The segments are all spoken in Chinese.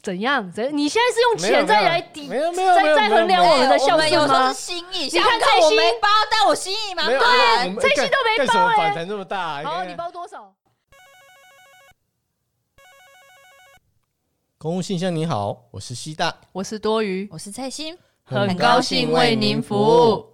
怎样？怎？你现在是用钱再来抵，没有没有没再有再衡量我们的孝没顺有时候吗是？心意，看想想看蔡我欣没包，但我心 意满没有哎满。蔡希都没干什包么欸反弹这么大？哎你好，看你包多少？公务信箱，你好，我是西大，我是多余，我是蔡欣，很高兴为您服务。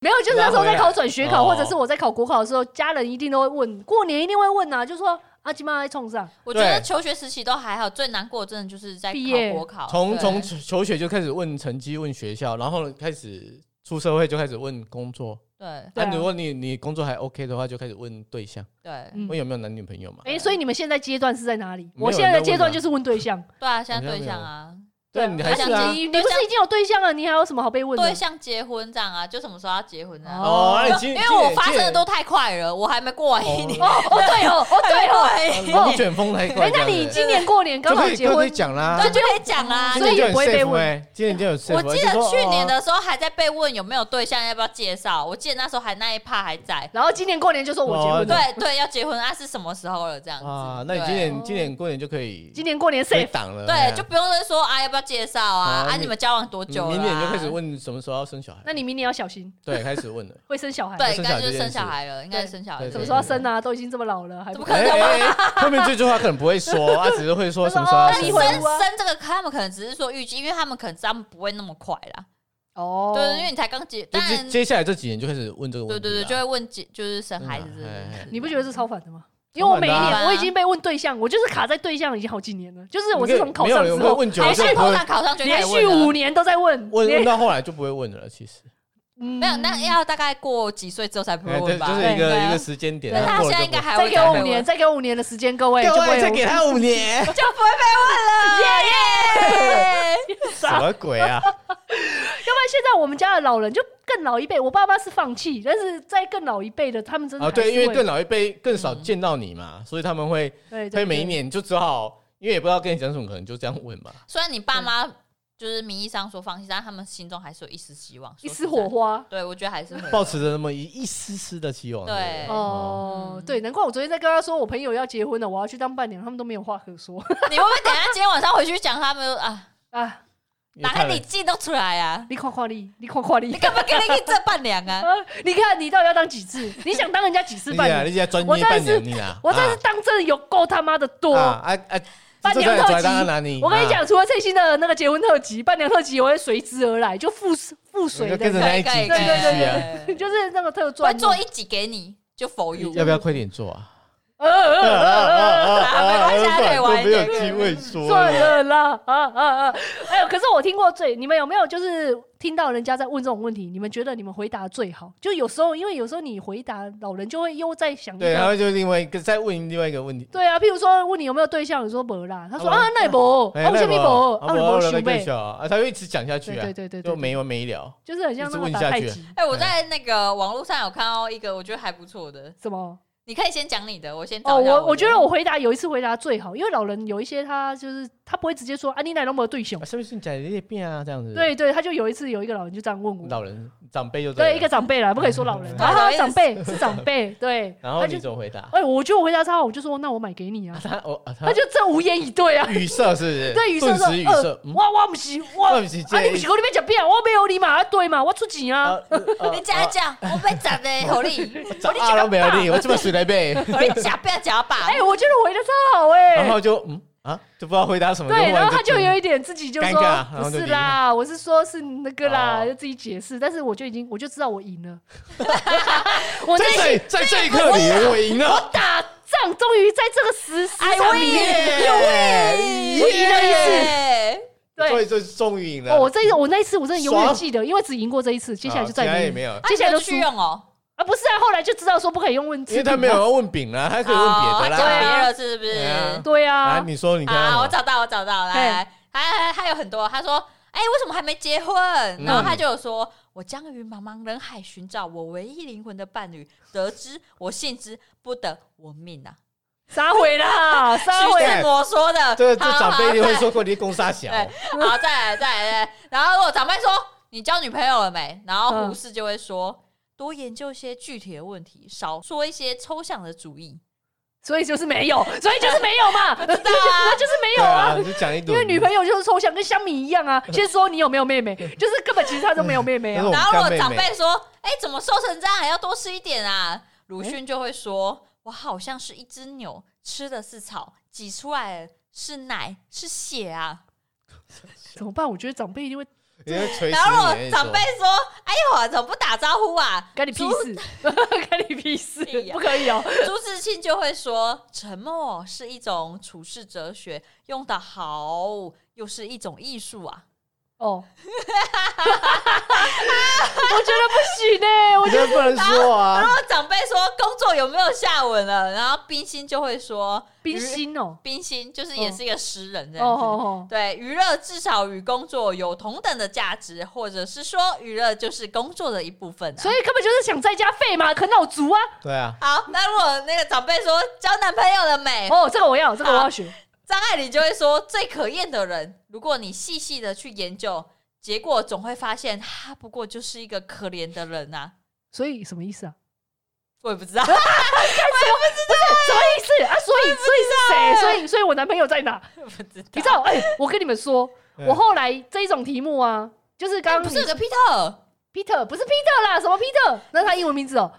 没有，就是那时候在考转学考，拉回或来者是我在考国考的时候，家人一定都会问，过年一定会问啊，就说阿金妈在冲上，我觉得对求学时期都还好，最难过的真的就是在毕业考国考，从对从求学就开始问成绩，问学校，然后开始出社会就开始问工作。对对那、啊如果你你工作还 OK 的话，就开始问对象，对嗯问有没有男女朋友嘛？哎，所以你们现在阶段是在哪里？没有我现在的人在问啊阶段就是问对象，对啊，现在好像对象没有啊，对，你还是对啊啊你你不是已经有对象了，你还有什么好被问的？对象结婚这样啊，就什么时候要结婚啊？哦，那你今因今为我年发生的今年都太快了，我还没过完一年，哦哦对哦哦对哦， 对，哦龙卷风来过哎来，这那样子你今年过年刚好就可以结就可婚以，讲啦，这就可以讲啦今。所以年就很也不会被 safe 问欸今年就有 safe 我欸。记就得说去年哦的时候还在被问有没有对象，要不要介绍。我记得那时候还那一趴还在。然后今年过年就说我结婚了，对对，要结婚啊，是什么时候了？这样子。啊，那你对今哦年今年过年就可以今年过年归 safe 档了，哎呀对，就不用再说啊，要不要介绍啊啊？啊，你你们交往多你久了啊？明年就开始问什么时候要生小孩，那你明年要小心，对开始 问了，会生小孩。对，应生该小就是这件生小事孩了，应该是生小孩对了。什么时候要生啊？都已经这么老了，还不怎么可能 哎哎哎后面这句话可能不会说，啊他只是会说什么时候啊要那但你生会小生孩。生这个，他们可能只是说预计，因为他们可能他们不会那么快啦。哦，对，因为你才刚结，就当接然接下来这几年就开始问这个对问题对了，对，就会问结就是生孩子这真的件哎事。你不觉得是超烦的吗？因超为我烦每的啊一对年啊我已经被问对象，我就是卡在对象已经好几年了，就是我是从考没有上人之会后，问 久了哎，就现在不考会上考上就开连始续问了五年都在问，问连问到后来就不会问了，其实嗯没有，那要大概过几岁之后才不会哎问对，吧？就是一对个啊一个时间点，但然他后过现了在就应该不还再会给我被五问年，，再给我五年的时间，各位就不各位会再给他五 年，就不会被问了。耶！什么鬼啊？要不然现在我们家的老人就更老一辈，我爸妈是放弃，但是在更老一辈的他们真的啊，还对，是因为会更老一辈更少见到你嘛，所以他们会对所对以每一对年就只好，因为也不知道跟你讲什么，可能就这样问嘛。虽然你爸妈就是名义上说放弃，但他们心中还是有一丝希望，一说丝实在火。花。对，我觉得还是会有保持着那么一一丝丝的期望。对对不对哦嗯，对，难怪我昨天在跟他说我朋友要结婚了，我要去当伴娘，他们都没有话可说 你会不会等一下今天晚上回去讲他们啊？啊！也打太开你记都出来啊！你夸夸你，你夸夸你你，干嘛跟你这伴娘啊？啊！ 你看你到底要当几次？你想当人家几次你伴啊，娘？你家专我业真的伴是娘你啊，我真是当真的有够他妈的多！啊啊啊！伴这娘才特拽辑到哪里？我跟你啊，讲，除了最新的那个结婚特辑、伴娘特辑，我会随之而来，就附附你随就跟着的，那一集可以继可以可以续啊！可以 就是那个特啊我会专。做一集给你，就 for you。要不要快点做啊？呃呃啊呃啊呃啊啊没关系啊可以都晚一没有点机会说算了。了啦，啊啊啊！哎呦，可是我听过最，你们有没有就是听到人家在问这种问题，你们觉得你们回答最好？就有时候，因为有时候你回答，老人就会又在想一对，然个。后就另外一个再问另外一个问题。对啊，譬如说问你有没有对象，你说没啦，他说啊啊那也没，哎啊我那什么我没，啊啊我我没我那想更呗。小啊，啊他就一直讲下去对啊对，对对，就对没完没了。就是很像那一种直问打下太去极，哎，我在那个网络上有看到一个我觉得还不错的，什么？你可以先讲你的，我先哦，找一下我我我觉的得我回答有一次回答最好，因为老人有一些他就是他不会直接说啊你奶都没有对象啊，，是不是你讲你也变啊？这样子。，对对，他就有一次有一个老人就这样问我，老人长辈就对，了一个长辈啦，不可以说老 人，对然后老人长辈是长辈，对，然后他你就怎么回答？哎，我觉得我回答超好，我就说那我买给 你啊，他我啊他就这无言以对啊，语塞是不是？对，语塞顿说时语塞呃，嗯，我我不是 我，我啊不是这你不是跟那边讲变，我没有你嘛，啊对嘛，我出钱啊，你讲一讲，我被讲的好力，咋啊都没有力，我这么水来背，我被讲不要讲吧。哎，我觉得我回答超好哎，然后就嗯啊，就不知道回答什么，对，忽然后他就就有一点自己就尴说尬然不后就是离开啦，我是说是那个啦，哦就自己解释。但是我就已经我就知道我赢 了，我内在心这在这一刻里我赢了，打仗终于在这个时时哎 I 场里面 win，我赢了一次。次。所对以，就终于赢了。哦，我这一我那一次我真的永远爽记得，因为只赢过这一次，接下来就再好其他也没有。 有，接下来就啊你没有输去用哦，啊，不是啊，后来就知道说不可以用问字，因为他没有。要问饼啦，他可以问别的哦啦。讲别的是不对啊是？对啊啊，，你说你看啊，到什么我找到，我找到，来嘿来，还还还有很多。他说，哎，为什么还没结婚？嗯然后他就有说，我将于茫茫人海寻找我唯一灵魂的伴侣，得之我幸之，不得我命啊！撒回 啦，撒徐回。志摩说的，这这啊好长辈一定会。好说过你公杀小，再来对好，再来，再来，再来然后我长辈说。你交女朋友了没？然后嗯胡适就会说，多研究一些具体的问题，少说一些抽象的主义。所以就是没有，所以就是没有 嘛，那对啊，就是没有对啊啊，。就讲一堆。因为女朋友就是抽象，跟香米一 样啊。先说你有没有妹妹，就是根本其实她都没有妹妹可啊是。 然后如 我果们家长妹妹辈说，哎、怎么瘦成这样？还要多吃一点啊？鲁迅就会说，我好像是一只牛，吃的是草，挤出来是奶，是血啊。怎么办？我觉得长辈一 定会你会锤然死后我你。长辈说：“哎呦，怎么不打招呼啊干你屁事， 干你屁事屁，哎呀不可以 哦。？”朱自清就会说：“沉默是一种处世哲学，用的好又是一种艺术啊。 哦，我觉得不行呢，我你这不能说”啊！然后长辈说：“工作有没有下文了？”然后冰心就会说冰心哦：“，冰心就是也是一个诗人这哦样子。哦对，娱乐至少与工作有同等的价值，或者是说，娱乐就是工作的一部分、啊。哦，所以根本就是想在家废嘛，啃老族啊。对啊，好，那如果那个长辈说交男朋友了没？哦，这个我要，这个我要学。张爱玲就会说，最可厌的人，如果你细细的去研究，结果总会发现他不过就是一个可怜的人啊。所以什么意思啊？我也不知道， 什么意思啊？所以所以欸是谁？所以所以我男朋友在哪？不知道，你知道？哎，我跟你们说，嗯我后来这一种题目啊，就是刚刚哎不你是有个 Peter， Peter 不是 Peter 啦，什么 Peter？那是他英文名字哦。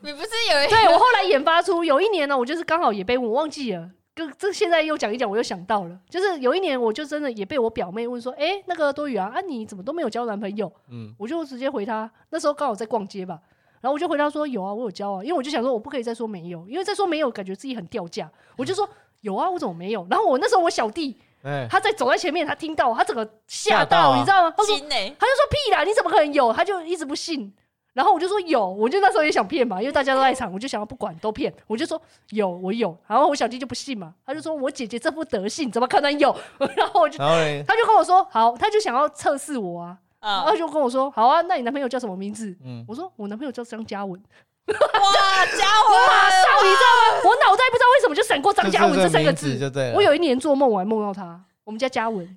你不是有一 对啊我后来研发出有一年呢，我就是刚好也被问我忘记了。跟这现在又讲一讲，我又想到了，就是有一年我就真的也被我表妹问说，哎、那个多余啊，啊你怎么都没有交男朋友？嗯，我就直接回她，那时候刚好在逛街吧，然后我就回她说有啊，我有交啊，因为我就想说我不可以再说没有，因为再说没有感觉自己很掉价，我就说有啊，我怎么没有？然后我那时候我小弟哎，他在走在前面，他听到他整个吓吓到到，啊你知道吗？他说金呢、他就说屁啦，你怎么可能有？他就一直不信。然后我就说有，我就那时候也想骗嘛，因为大家都在场，我就想要不管都骗，我就说有，我有。然后我小弟就不信嘛，他就说我姐姐这副德性怎么可能有？然后我就然后呢？ 他就跟我说好，他就想要测试我啊，然后啊他就跟我说好啊，那你男朋友叫什么名字？嗯，我说我男朋友叫张嘉文，哇，加我马上你知道吗？我脑袋不知道为什么就闪过张嘉文就是这三个名字字。就对了。我有一年做梦，我还梦到他，我们家嘉文，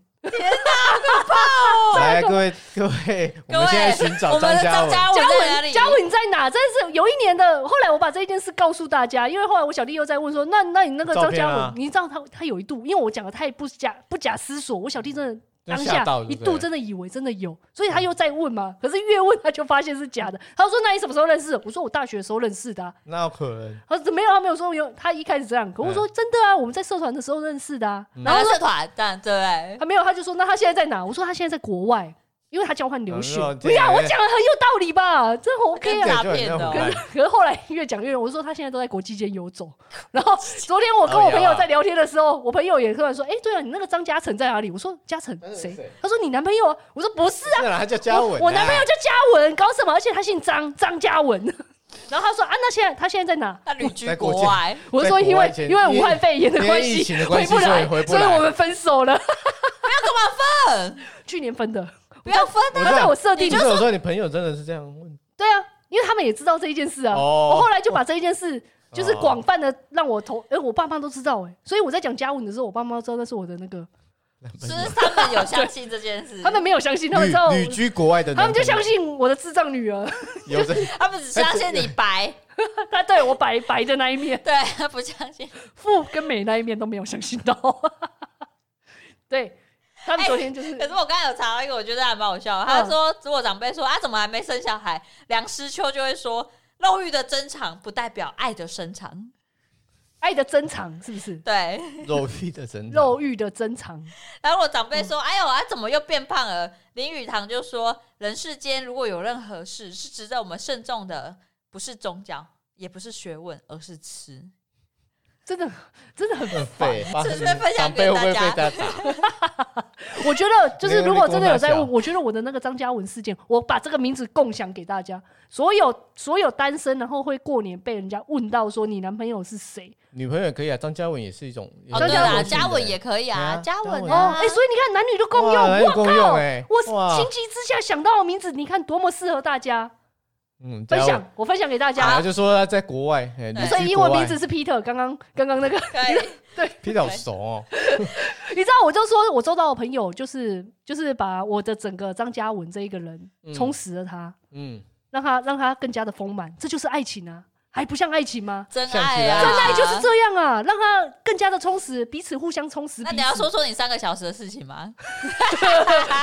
啊来，各位各位，我各们现在寻位，找哦我们的张嘉张文。嘉嘉文在哪文，里？嘉文你在哪？真是有一年的。后来我把这件事告诉大家，因为后来我小弟又在问说：“那那你那个照张片嘉啊文，你知道他他有一度，因为我讲的太不假不假思索，我小弟真的真当吓下到就一对度了真的以为真的有，所以他又在问嘛。可是越问他就发现是假的。他说：“那你什么时候认识的？”我说：“我大学的时候认识的啊、那有可能，他说：“没有，他没有说有。”他一开始这样，可我说：“真的啊，我们在社团的时候认识的啊。”嗯然后哪个社团？但对不对？他没有，他就说：“那他现在在哪？”我说：“他现在在国外，因为他交换留学。哦”不要，我讲的很有道理吧？这很 OK 啊跟。诈对就骗很的像胡哦可乱是可是后来 越讲越，我就说他现在都在国际间游走。然后昨天我跟我朋友在聊天的时候，我朋友也突然说：“哎、对了，你那个张嘉诚在哪里？”我说：“嘉诚嗯谁谁？”他说：“你男朋友啊。”我说：“不是啊，是啦，他叫嘉文啊。我我男朋友叫嘉文，搞什么？而且他姓张，张嘉文。” 然后他说：“啊，那现在他现在在哪他旅居在国国界外，？”我说：“在国因外为前因为武汉肺炎的因为关疫情的关回系不来，所以回不所以来我们分手了。分去年分的，嗯不要分我他知道在我设定你就是我说你朋友真的是这样问对啊，因为他们也知道这一件事啊。哦我后来就把这一件事，就是广泛的让我投，哎、我爸妈都知道哎、所以我在讲家文的时候，我爸妈都知道那是我的那个，男朋是友不是他们有相信这件事？ 他们没有相信，他们知道我旅旅居国外的男朋他们友，就相信我的智障女儿， 有这他们只相哎信你白，她对我白白的那一面，对，他不相信。富跟美那一面都没有相信到。 对他们昨天就是、可是我刚才有查到一个，我觉得还蛮好笑的。他说，如果长辈说啊，怎么还没生小孩？梁实秋就会说，肉欲的增长不代表爱的深长。爱的珍藏，是不是？对，肉欲的真的肉欲的珍藏，然后我长辈说，哎呦，啊，怎么又变胖了？林语堂就说，人世间如果有任何事是值得我们慎重的，不是宗教，也不是学问，而是吃。真的真的很很废，发顺便分享长给辈会大不会家被大家打？我觉得就是，如果真的有在没有问，我觉得我的那个张嘉文事件，我把这个名字共享给大家，所有所有单身，然后会过年被人家问到说你男朋友是谁？女朋友也可以啊，张嘉文也是一种，哦，张对嘉文啦，是嘉文也可以啊，对嘉啊文嘉文哦，啊，哎，所以你看男女都共哇用，男女我共用靠哎，哇我情急之下想到我名字，你看多么适合大家。嗯，分加享我，我分享给大然家后。就说他在国外，哎，对你所以去英国文名外字是 Peter，刚刚刚刚那个，可以， Peter 好熟哦，你知道，我就说我周到的朋友就是就是把我的整个张嘉文这一个人嗯充实了他， 嗯，让他让他更加的丰满，这就是爱情啊，还不像爱情吗？真像爱起啊，来真爱就是这样啊，让他更加的充实，彼此互相充实。那彼你此要说，说你三个小时的事情吗？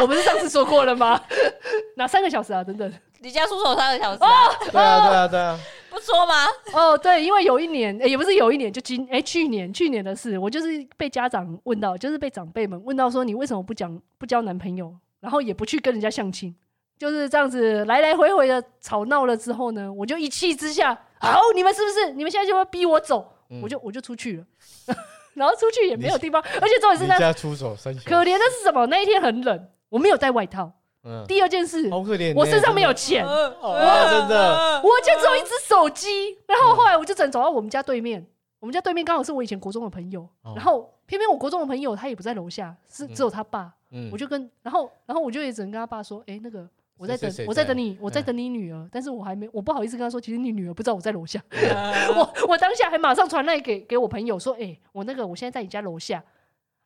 我不是上次说过了吗？ 哪三个小时啊？等等，离家出走三个小时、啊，对啊，对啊，对啊，不说吗？哦，对，因为有一年，欸诶也不是有一年，就今哎、去年去年的事，我就是被家长问到，就是被长辈们问到说，你为什么不讲不交男朋友，然后也不去跟人家相亲，就是这样子来来回回的吵闹了之后呢，我就一气之下，好，你们是不是？你们现在就要逼我走，嗯我就我就出去了， 然后出去也没有地方，而且重点是离呢，家出走三小时可怜的是什么？那一天很冷，我没有带外套。嗯，第二件事，好可怜呢，我身上没有真的钱，哦真的我就只有一只手哦机，然嗯后后来我就只能走到我们家对面，我们家对面刚好是我以前国中的朋友，哦然后偏偏我国中的朋友他也不在楼下，是嗯只有他爸，嗯，我就跟，然后然后我就也只能跟他爸说，哎，那个我在谁等谁谁我在在等你，我在嗯等你女儿，但是我还没，我不好意思跟他说，其实你女儿不知道我在楼下， 我嗯我当下还马上传赖给给我朋友说，哎，我那个我现在在你家楼下。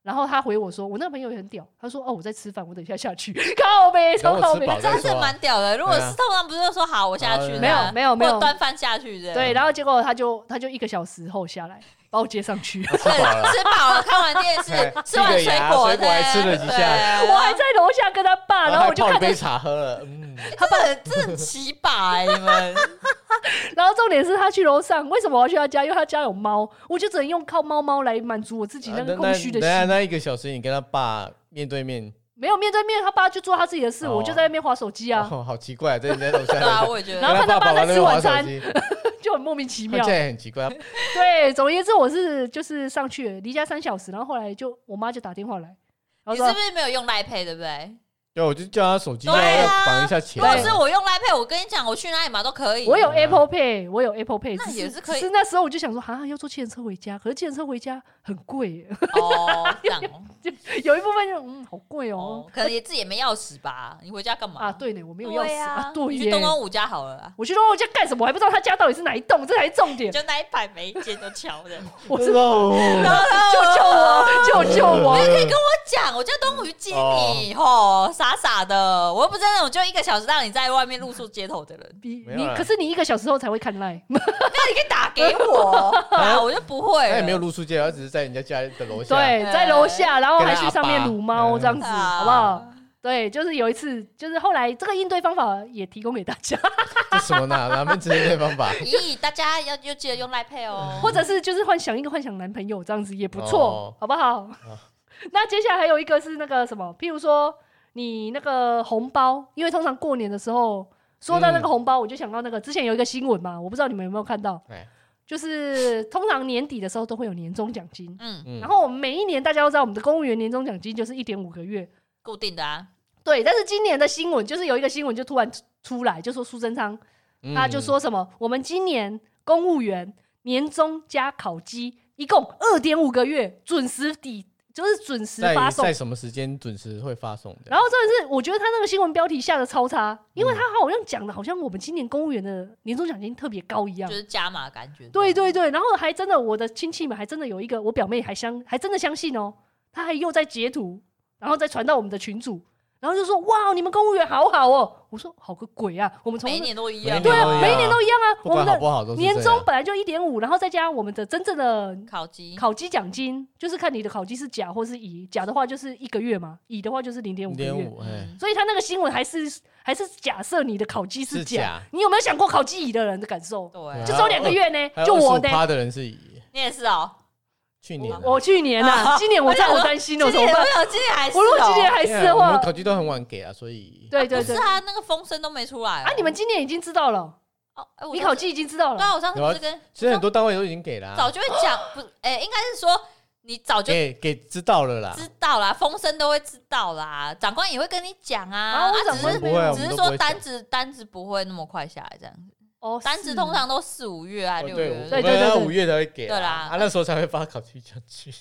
然后他回我说：“我那个朋友也很屌，他说哦，我在吃饭，我等一下下去， 靠呗，等超我靠吃呗。饱这再样是说啊蛮屌的。如果对是啊通常不是说好我下去，没有没有没有或啊端饭下去的，对，然后结果他就他就一个小时后下来把我接上去， 吃饱了，吃饱了，看完电视哎，吃完剔个牙果，水果还对吃了几下对啊我还在楼下跟他爸，然后我还就泡了看着杯，茶喝了， 嗯，他们这很奇葩哎，你们然后重点是他去楼上，为什么我要去他家？因为他家有猫，我就只能用靠猫猫来满足我自己那个啊空虚的等下心。那一个小时，你跟他爸面对面，没有面对面，他爸就做他自己的事，哦我就在那边划手机啊，哦，好奇怪，在人家楼下，对啊，我也觉然后得看跟他他爸在爸吃那边晚玩餐手机，就很莫名其妙看起。来很奇怪，啊 对，总而言之，我是就是上去了离家三小时，然后后来就我妈就打电话来，然后你是说不是没有用赖配，对不对？对，啊我就叫他手机对要啊绑一下钱如，果啊是我用赖配，我跟你讲，我去哪里嘛都可以。我有啊 Apple Pay，我有 Apple Pay，那只也是可以只是那时候我就想说，哈，要坐汽车回家，可是汽车回家很贵 耶，哦，这样哦 有一部分就嗯好贵哦哦，可能也自己也没钥匙吧？你回家干嘛啊，对呢，我没有钥哦对匙呀啊，对你耶去，东东五家好了啊，我去东东家干什么？我还不知道他家到底是哪一栋，这才是重你点。就那一排每一间都敲 的。我 真是的哦，呃救救我，救救我！啊我讲，我叫东吴接你吼，傻傻的，我又不是那种就一个小时让你在外面露宿街头 的人，比没有啊你啦可是你一个小时后才会看 line，那你可以打给 我，啊，我就不会他了，哎也没有露宿街，他只是在人家家的楼下，对，在楼下，然后还去上面撸猫跟他阿爸嗯这样子，啊好不好？？对，就是有一次，就是后来这个应对方法也提供给大家，这什么呢？哪门子的方法？咦，大家要就记得用赖配哦，或者是就是幻想一个幻想男朋友这样子也不错哦，好不好？ 那接下来还有一个是那个什么，譬如说你那个红包，因为通常过年的时候说到那个嗯红包，我就想到那个之前有一个新闻嘛，我不知道你们有没有看到，哎，就是通常年底的时候都会有年终奖金，嗯，嗯然后我们每一年大家都知道我们的公务员年终奖金就是一点五个月，固定的啊，对。但是今年的新闻就是有一个新闻就突然出出来，就说苏贞昌嗯他就说什么，我们今年公务员年终加考绩一共二点五个月准时抵，就是准时在发送在。什么时间准时会发送的？然后真的是，我觉得他那个新闻标题下的超差，因为他好像讲的好像我们今年公务员的年终奖金特别高一样就。是加码感觉，对对对，然后还真的，我的亲戚们还真的有一个，我表妹还相还真的相信哦，她还又在截图，然后再传到我们的群组，然后就说哇，你们公务员好好哦。我说好个鬼啊，我们从每一年都一样，对啊，每每一年一年都都一样啊，不我们管好的不好，都是年这样终本来就一点五，然后再加我们的真正的烤鸡，考绩奖金，就是看你的考绩是甲或是乙，甲的话就是一个月嘛，乙的话就是零点五零个点月。嗯五，哎，所以他那个新闻还是还是假设你的考绩是甲，假，你有没有想过考绩乙的人的感受？对，啊就只有两个月呢，就我呢，趴的人是以你也是哦，去年啊我去年啊，今年我在我担心了，今我怎么年办没？有，今年还是我如果今年哦，还是因为的我话们，考绩都很晚给啊，所以对对不是对，啊，那个风声都没出来哦啊，你们今年已经知道了，哦，哎我你上考次绩已经知道对了，啊，我上次不是跟其实很多单位都已经给了啊，早就会讲，不是，哎，应该是说你早就给给知道了啦，知道啦，风声都会知道啦，长官也会跟你讲啊，啊我啊长只官是不会啊，我只们是都不说会单子单子不会那么快下来这样子，哦，单子是通常都四五月啊六月，对哦对对对五月才会给啊，对啦啊那时候才会发考绩奖 金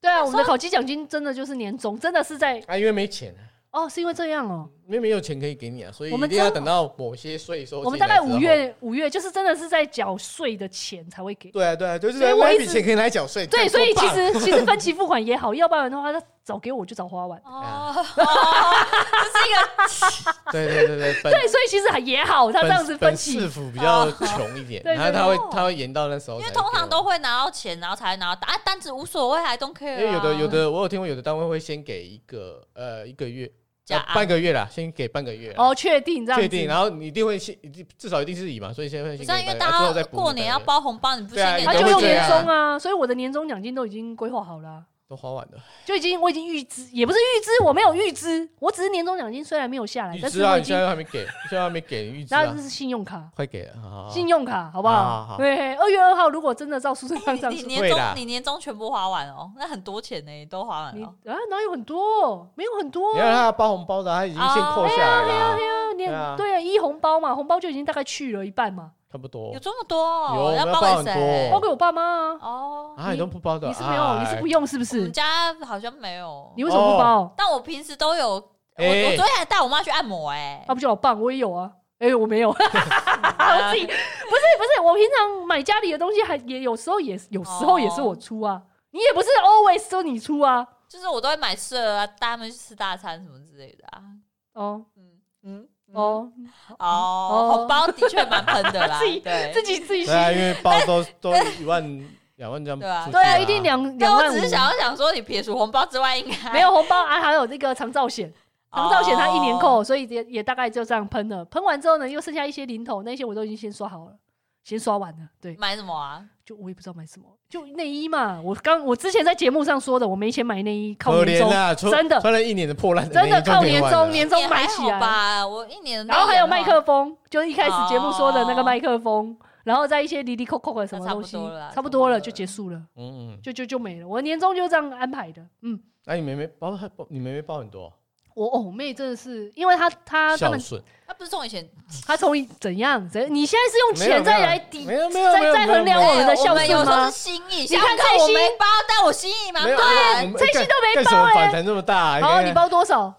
对啊，我们的考绩奖金真的就是年终，真的是在啊，因为没钱啊，哦，是因为这样哦，因为没有钱可以给你啊，所以我们一定要真等到某些税收进来之后。我们大概五月五月就是真的是在缴税的钱才会给。对啊，对啊，就是所以我那一笔直钱可以拿来缴税。对，所以多其棒实其实分期付款也好，要不然的话，他早给我就早花完。哦， 这是一个啊对对对 对，本对，所以其实还也好，他这样子分本期市府比较哦穷一 点，对对然后对他会哦他会延到那时候因才为给我，通常都会拿到钱，然后才拿到啊单子无所谓，I don't care 因啊。为有的有的我有听过，有的单位会先给一个呃一个月，假啊呃半个月啦，先给半个月啦，哦，确定这样确子。定，然后你一定会先一定至少一定是以嘛，所以先会不先是啊给因为半个月，之大后再家补过你年半要个月包红包，你不对啊先给他都就会用这年样终啊，所以我的年终奖金都已经规划好了啊，都花完了，就已经我已经预支，也不是预支，我没有预支，我只是年终奖金虽然没有下来，预但哎支是啊，我已你现经在还没给，你现在还没给预支那啊这，是信用卡，快给了，好好好信用卡好不好好好好？对，二月二号如果真的照书上这样哎你说，年会啦终你年终全部花完哦，那很多钱呢，你都花完你了。哦啊哪有很多？没有很多你啊。看他包红包的，他已经先扣下来了哦啊，你对啊对啊，一红包嘛，红包就已经大概去了一半嘛，差不多有。这么多哦？有要我们包要包给很谁？多包给我爸妈啊。哦，啊，你都不包的，你是没有，你是不哎用是不我们是？家好像没有你。为什么不哦包？但我平时都有，我哎我昨天还带我妈去按摩哎 啊，。不就好棒，我也有啊。哎，我没有，啊我自己不是不是，我平常买家里的东西还也有时候也有时候也是我出啊，你也不是 always 都你出啊。就是我都会买吃的啊，带他们去吃大餐什么之类的啊。哦嗯嗯哦，嗯哦哦，红包的确蛮喷的 啦，自己对自。己自己对啊，因为包 都都一万两万这样出去对啊，啊对啊，一定两但两我万只是五。想要想说，你撇除红包之外，应该没有红包啊，还有那个长照险，长照险它一年哦扣，所以也也大概就这样喷了。喷完之后呢，又剩下一些零头，那些我都已经先刷好了，先刷完了。对，买什么啊？就我也不知道买什么，就内衣嘛。我刚我之前在节目上说的，我没钱买内衣，靠可年怜终，啊，穿真的穿了一年的破烂内衣真就可以的换了，靠年终，年也终还买好起来。吧，我一年的然后还有内麦衣克风，就是一开始节目说的那个哦麦克风，然后再一些离离扣扣啊的什么那差不东西多了啦，差不差不多多了了就结束了，嗯嗯，就就就没了。我年终就这样安排的，嗯。那你妹妹包包，你妹妹包很多，我偶妹真的是，因为她她他孝们顺，嘛，他不是送以哦前她从以怎样怎，你现在是用没钱有再来抵没有没有再没有再没有衡量没有我们的孝我们有顺时候吗是？心意，看像蔡我心没包，但我心意嘛，没有哎对啊，没有蔡西都没干什包么欸反弹这么大啊？好，看你包多少？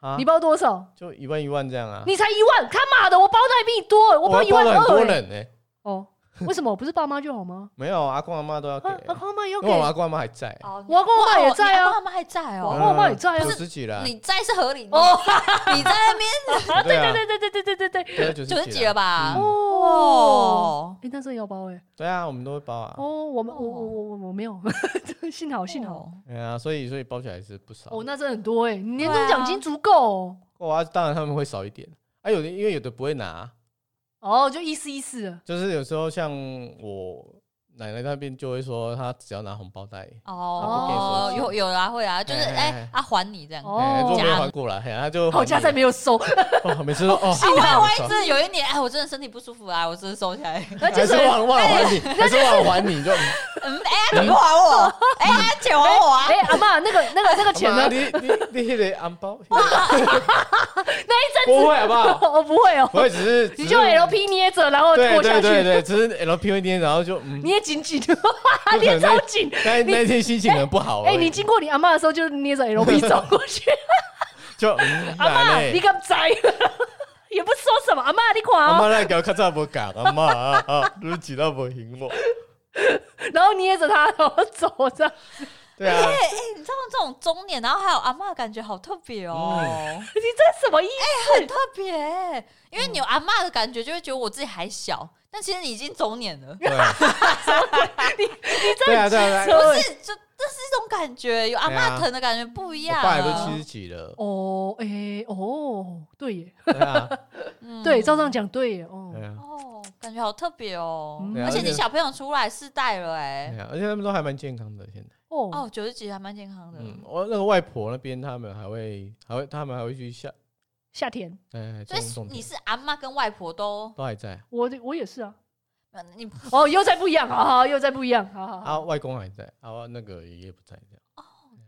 啊你包多少？就一万一万这样啊？你才一万，他妈的，我包的还比你多，我包一万了很二多欸。人呢，哦，为什么我不是爸妈就好 吗？没有阿公阿妈都要给啊，，阿公阿妈也要因给，为我我阿公阿妈还在，嗯哦我阿公阿嬷也在啊哇你阿公阿妈还在阿哦，公阿妈也在啊九。十几了，你在是合理哦哦，你 在那边对啊，对对对对对对对对。对啊九九十几了了吧嗯？哦，哦，哎，那真的要包哎。对啊，我们都会包啊，哦，我们我我我我我没有，幸好幸哦好。对啊，所以所以包起来是不少。哦，那真的很多哎，你年对终啊奖金足够哦。哦啊，当然他们会少一点，啊，有的因为有的不会拿，啊哦，就意思意思了。就是有时候像我奶奶那边就会说，她只要拿红包袋。他哦，不给手有有啦，会啊，就是哎哎哎哎，啊，还你这样。哦哎，如果没有还过来，嘿他就还好你家在没有收，哦，每次都 哦，幸好还啊真的有一年，哎，我真的身体不舒服啊，我真的收起来。那哎就还是是忘了忘了还你，哎还是忘了还你，就嗯，哎，他怎么不还我？ 哎，他钱还我啊哎、！阿妈，那个、那个、那个钱呢？妈 你你你那个红包，那一不会好 不好？哦，不会哦，我也只是 你就 LP 捏着，然后对过下对去，对对，只是 LP 会捏，然后就嗯，捏紧 紧，捏超紧。那你那天心情很不好而哎、已，你经过你阿妈的时候，就捏着 LP 走过去，就嗯，阿奶妈，奶你敢摘？也不说什么，阿妈，你看阿哦，妈那个较早无讲，阿妈啊啊，你几到无行 我，然后捏着他，然后走着。对啊，哎你知道这种中年，然后还有阿妈，感觉好特别哦，嗯你这什么意哎很特别欸。因为你嗯有阿妈的感觉，就会觉得我自己还小，但其实你已经中年了。对 啊，对啊对啊，对啊思？不是，就这是一种感觉，有阿对啊妈疼的感觉不一啊我样。爸也都七十几了，哦，哎、哦，对耶，对啊，嗯对，照这样讲对耶，哦对，啊。 哦，感觉好特别哦嗯。对啊而且而你且小朋友出来世代了，哎对，啊，而且他们都还蛮健康的，现在。哦，哦，九十几还蛮健康啊的。嗯，我那个外婆那边他们还会，还会，他们还会去下，夏天，哎，所以种种你田是阿妈跟外婆都，都还在我我也是啊。呃你 哦，又在不一样，好好，又在不一样，好哦好好。啊，外公还在啊，那个爷爷不在这样。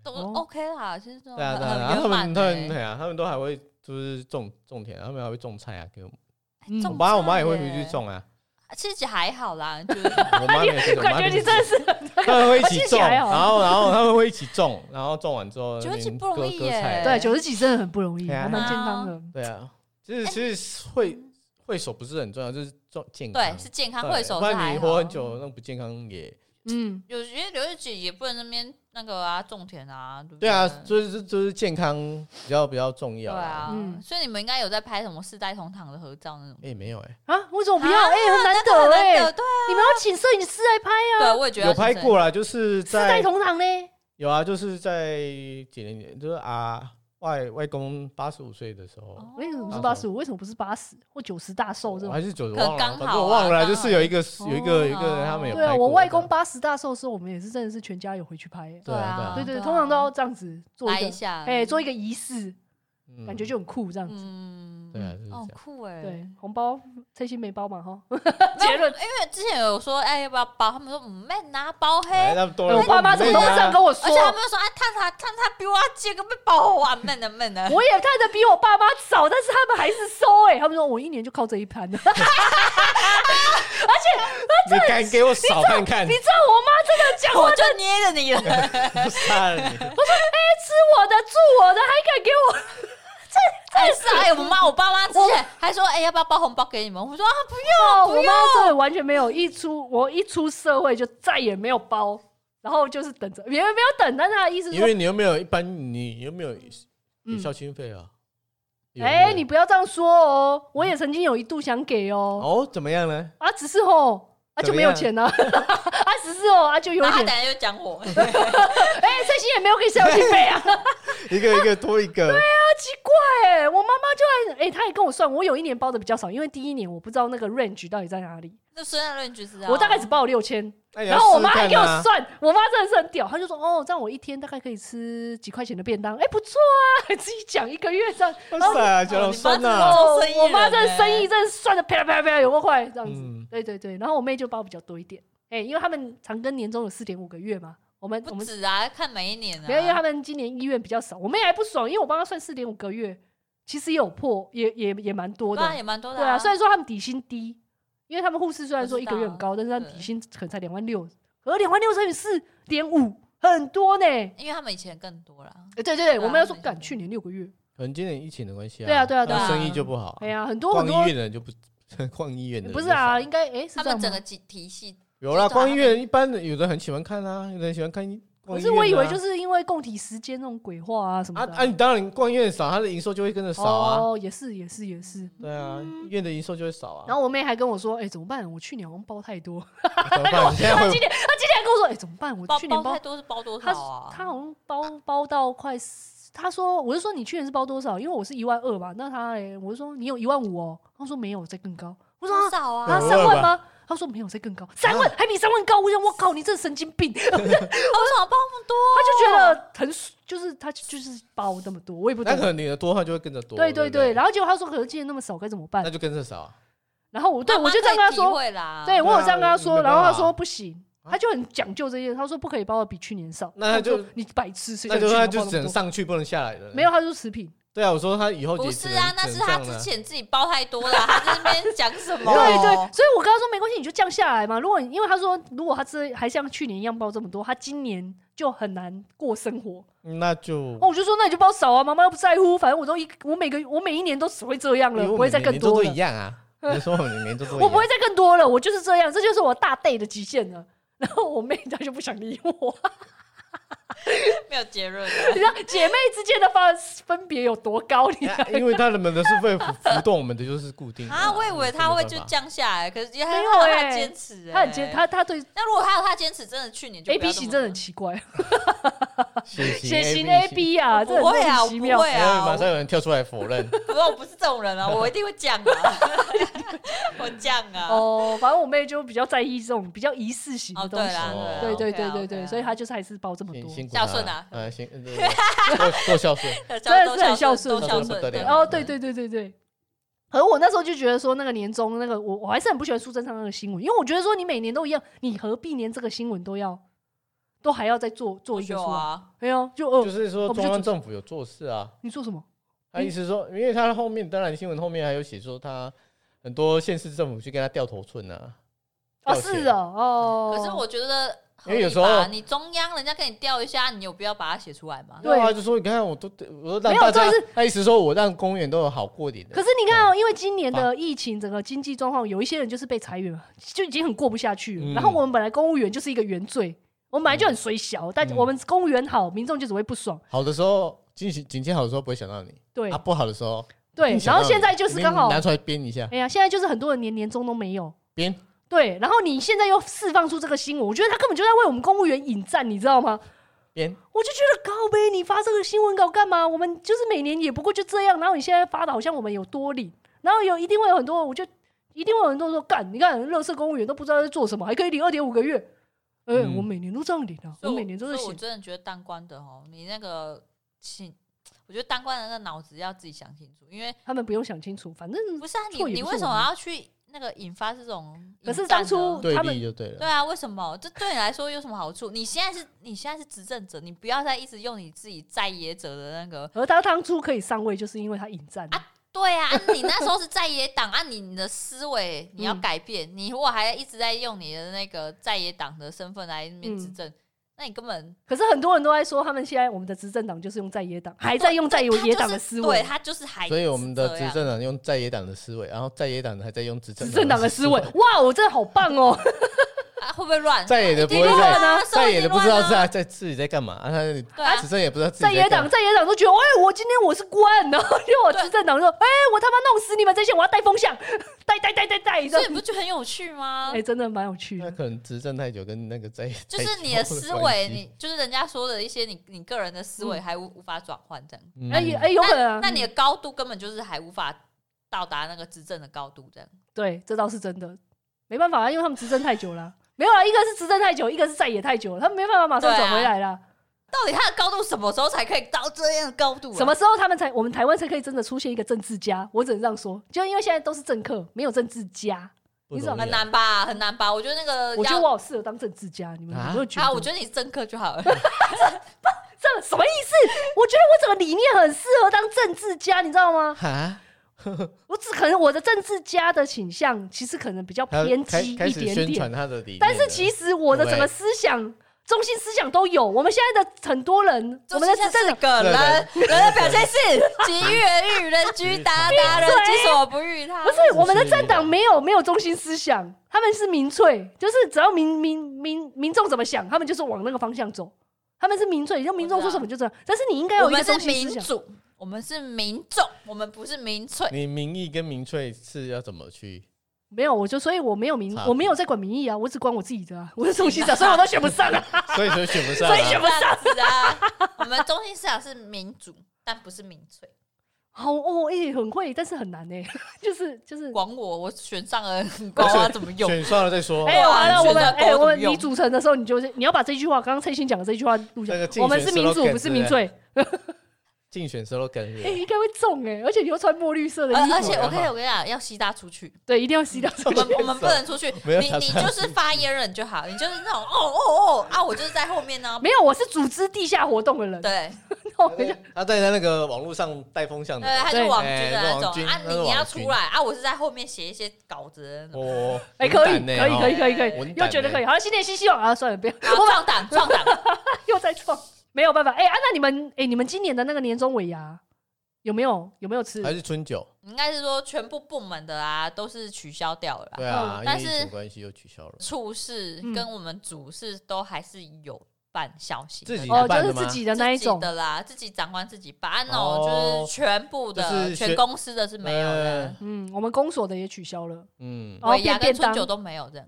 都哦 OK 啦，其实这种对啊，哦很对啊，然后很他圆们满他们欸。对啊，他们都还会就是种种田，他们还会种菜啊，给我们。嗯我种爸我妈菜也会回耶去种啊，其实还 好啦，就是我妈没有这种，我 感妈觉没有你这真的种是他们会一起听起种，来然好后然后他们会一起种，然后种完之后觉得那其实边不容割易割耶菜对九十几真的很不容易，对啊还蛮健康嗯的。对啊，就是其实会会手不是很重要，就是重健康。啊对是健康，对会手不是然还你好活很久，那不健康也嗯，有些刘玉姐也不能那边那个啊种田啊，对不对啊，对就是就是健康比较比较重要。对，啊，嗯所以你们应该有在拍什么四代同堂的合照那种。哎没有哎，啊，为什么不要？啊哎、很难那个得很哎、难得，对你们要请摄影师来拍啊，对，我也觉得有拍是过啦，就是四代在同堂呢。有啊，就是在几年前，就是啊外外公八十五岁的时候。哦为什么是哦八十五？为什么不是八十或九十大寿这种？我还是九十可能忘了，刚反好正我忘了啊啦，就是有一个有一个有一刚好个他们有对啊，拍我过外的公八十大寿的时候，我们也是真的是全家有回去拍耶、对啊对对对对，通常都要这样子做来一一个，下，哎、做一个仪式，嗯感觉就很酷这样子。嗯，对啊就是这样哦，酷哎，对，红包蔡心没包嘛 哈，没有结论因为之前有说哎要不要包，他们说嗯没拿包哎黑。那多了我爸妈怎么都会这样跟我说而且？他们又说啊，探他探他比我借个被包我啊，闷的闷的。 我也看着比我爸妈早，但是他们还是收哎、他们说我一年就靠这一盘了。 你敢给我少看看你，知道我妈真的讲话我就捏着你 了，杀了你！吃我的住我的，还敢给我？哎是啊哎，我妈我爸妈之前还说哎要不要包红包给你们，我说啊不用哦，我妈真的完全没有，一出我一出社会就再也没有包，然后就是等着，也没有等，但是她的意思是因说，为你又没有一般，你又没有有效嗯，经费啊。有没有哎、你不要这样说哦，我也曾经有一度想给哦，哦怎么样呢？啊，只是哦。啊，怎就么没有样钱呢、啊， 啊，只是哦，啊，就有然后他点，等下就 讲我，哎、蔡欣也没有给孝敬费啊，啊，一个一个多一个，奇怪哎、我妈妈就还，哎、她也跟我算，我有一年包的比较少，因为第一年我不知道那个 range 到底在哪里，那虽然论句是啊，我大概只包六千，那你要然后我试试妈还看给我啊算，我妈真的是很屌，她就说：“哦，这样我一天大概可以吃几块钱的便当，哎、不错啊， 自己讲一个月 这样。哇塞，蒋老哦酸你妈呐！哦做生意，我妈人这欸生意真的算的啪啦啪啦啪啦有够快，这样子。嗯对对对，然后我妹就包比较多一点，哎、因为他们长庚年终有四点五个月嘛，我们我不们止啊，看每一年啊，没有，因为他们今年医院比较少，我妹还不爽，因为我帮她算四点五个月，其实也有破，也也也蛮多的对啊，也蛮多的、对啊，虽然说他们底薪低，因为他们护士虽然说一个月很高，但是他们对底薪可能才两万六，而两万六乘以四点五很多呢。欸因为他们以前更多啦，对对对，啊我们要说没错赶去年六个月，可能今年疫情的关系啊，对啊对啊那对啊生意就不好哎。呀，很多逛很多医院的人就不 逛医院的人不是就少啊，应啊该哎是他这样们整吗个？体体系有啦，知道逛医院一般的有的很喜欢看啊，有的人喜欢看医。可可是我以为就是是因为供体时间那种鬼话啊什啊么的啊，你当然逛医院少，他的营收就会跟着少啊。哦，也是也是也是。对啊，医院的营收就会少啊。然后我妹还跟我说：“哎，怎么办？我去年好像包太多。 怎么办？你现在 会”她今天还跟我说：“哎，怎么办？我包去包年太多是包多他少啊？他好像包包到快四，他说我就说你去年是包多少？因为我是一万二嘛，那他嘞，我就说你有一万五哦，他说没有，再更高。我说多啊少啊？啊我三问万吧啊吗？他说没有，再更高，三万、还比三万高。我想我靠，你这神经 病！他就我为什么包那么多？觉得很就是他就是包那么多，我也不那懂可。能你的多的话就会跟着多。对对对不对，，然后结果他说可是今年那么少该怎么办那？就跟着少啊。然后我对妈妈我就这样跟他可以体说，会啊啦，对我有这样跟他说，没然办后他法说不行。他就很讲究这些，他说不可以包的比去年少，啊那他我就你白痴，谁叫那你就去是他年包就那么只能多上去，不能下来的。没有，他就是食品，对啊，我说他以后不也只是能啊，那只是能这他样之了前自己包太多了，他在那边讲什么？对对，所以我跟他说没关系，你就降下来嘛。如果你因为他说，如果他这还像去年一样包这么多，他今年就很难过生活。嗯嗯那就哦，我就说那你就包少啊，妈妈又不在乎，反正我都一我每个我每一年都只会这样了，因为不我会们再更年周多都了一，样啊。你说我们年周都一样，啊我不会再更多了，我就是这样，这就是我大 day 的极限了。然后我妹她就不想理我， 没有结论的。啊你知道姐妹之间的分分别有多高？你知道啊 因为他们的是会浮浮动，我们的就是固定的 啊，我以为他会就没办法降下来，可是他没有他欸他坚持欸，她很坚，她她对那如果他有他坚持，真的去年就 A 不要 B 这么型真的很奇怪，血血型 A 哎 A B 啊，这不很会啊，莫我名不其妙。会啊，马我上有人跳出来否 认，不过我不是这种人啊，我一定会降啊， 我降啊。哦，反正我妹就比较在意这种比较仪式型的哦，东对西。啦，啦对对 OK 对啊对 OK 啊对，所以她就是还是包这么辛多。辛苦孝顺啊呃，辛 呃对对对够够孝顺，真真的是很孝顺都的孝不顺得对了哦，对对对对对。而我那时候就觉得说，那个年终那个我我还是很不喜欢苏贞昌那个新闻，因为我觉得说你每年都一样，你何必连这个新闻都要都还要再做做一个有出来？啊，没有，就哦、就是 说我们就中央政府有做事啊。你做什么？他意思说，因为他后面当然新闻后面还有写说他很多县市政府去跟他掉头寸啊。哦，掉钱是哦，哦。可是我觉得合因为有理时候吧你中央人家跟你调一下，你有必要把它写出来吗？对对啊，就说你看，我都我都没让有大家重点是，他意思说我让公园都有好过点的。可是你看哦，因为今年的疫情，整个经济状况，有一些人就是被裁员，就已经很过不下去了。嗯然后我们本来公务员就是一个原罪，我们本来就很水小，但嗯我们公务员好，民众就只会不爽。好的时候，警警戒好的时候不会想到你，对啊，不好的时候一对定，想然到后你现在就是一定刚好，拿出来编一下，哎呀，现在就是很多人连年终都没有。编对，然后你现在又释放出这个新闻，我觉得他根本就在为我们公务员引战，你知道吗？编。我就觉得高呗，你发这个新闻稿干嘛？我们就是每年也不过就这样，然后你现在发的好像我们有多领，然后有一定会有很多，我就一定会有很多人说干，你看乐色公务员都不知道在做什么，还可以领二点五个月。哎、嗯我每年都这样领啊，所我以每年都在所以我写。真的觉得当官的哦，你那个请，我觉得当官的那个脑子要自己想清楚，因为他们不用想清楚，反正不是啊，嗯你错也不你是为什我么们要去那个引发这种可引战呢？是当初对哦他们立就对了。对啊，为什么？这对你来说有什么好处？你现在是你现在是执政者，你不要再一直用你自己在野者的那个。而他当初可以上位，就是因为他引战。啊对啊，啊你那时候是在野党，啊，你你的思维你要嗯改变。你如果还一直在用你的那个在野党的身份来面执嗯政，那你根本可是很多人都在说，他们现在我们的执政党就是用在野党，还在用在野他就野党是的思对维，他就是还所以我们的是这执样政党用在野党的思维，然后在野党还在用执执政政党的思维。哇，我真的好棒哦！啊会不会乱？在野的不一会定在，乱啊在野的不知道社会在在自己在干嘛，啊，他对啊执政也不知道自己在野干党，嘛。在野党都觉得，哎、我今天我是官，然后因为我对执政党说，哎、我他妈弄死你们这些，我要带风向， 带带带带带，你知所道以？你不觉得很有趣吗哎、？真的蛮有趣那的。可能执政太久，跟那个在就是你的思维，关系你就是人家说的一些你你个人的思维嗯还无无法转换这样。嗯哎、哎、有可能、啊那你的高度根本就是还无法到达那个执政的高度，这样。对，这倒是真的，没办法啊，因为他们执政太久了啊。没有啦，一个是执政太久，一个是在野太久了，他们没办法马上对啊转回来啦。到底他的高度什么时候才可以到这样的高度、啊？什么？时候他们才我们台湾才可以真的出现一个政治家？我只能这样说，就因为现在都是政客，没有政治家。不你容易啊怎么很难吧？很难吧？我觉得那个我觉得呃要我好适合当政治家，你们有没有觉得？啊，我觉得你政客就 好了。这什么意思？我觉得我整个理念很适合当政治家，你知道吗？啊？我只可能我的政治家的倾向其实可能比较他偏开激开一始点宣传点，他的理念了，但是其实我的整个对思想中心思想都有。我们现在的很多人，我们的执政是党个对人，人的表现是己欲而欲人居达，达人闭嘴己所不欲他。不是我们的政是党没有没有中心思想，他们是民粹，就是只要民民民民众怎么想，他们就是往那个方向走。他们是民粹，就民众说什么就这样。但是你应该有我一个们是中心民思想。主，我们是民众，我们不是民粹。你民意跟民粹是要怎么去？没有，我就所以我没有民差，别我没有在管民意啊，我只管我自己的啊，我的中心 思想，所以我都选不上啊。所以说选不上所以啊选。不这样子啊！我们中心思想是民主，但不是民粹。好哦，哎、很会，但是很难哎、 就是就是，管我，我选上了很高啊，怎么用？选上了再说。哎、完了，选我们择哎、狗怎我么们用你组成的时候，你就是你要把这句话，刚刚蔡欣讲的这句话录下来那个。竞我们选是民主， slogan 不是之类民粹。竞选 slogan 是不哎、是应该会中哎、而且你又穿墨绿色的衣而服，呃而且我跟你我跟你讲，要吸大出去，对，一定要吸到出我去。们我们不能出去。没有你打你算就是发言人就好，你就是那种哦哦哦啊，我就是在后面呢。没有，我是组织地下活动的人。对 我呃跟你讲他在他那个网络上带风向的对，，他是对网军的哎那网种军啊，他是你要网军出来啊，我是在后面写一些稿子的那种。哦，哎、可以，很可以，敢呢可以，哦可以，可文以，胆又觉得呢可以。好，新年新希望啊！算了，不要， 啊，创党创党，又在创，没有办法。哎、啊，那你们，哎、你们今年的那个年终尾牙有没有有没有吃？还是春酒？应该是说全部部门的啊都是取消掉了啦。对啊，因但为是疫情关系又取消了。处事嗯跟我们主事都还是有办小型的自己哦，就办是的吗自己的那一自己种。的啦，自己长官自己办哦哦，就是全部就的是全学公司的是没有的，嗯，我们公所的也取消了。嗯，哦尾变牙跟便春当酒都没有这样。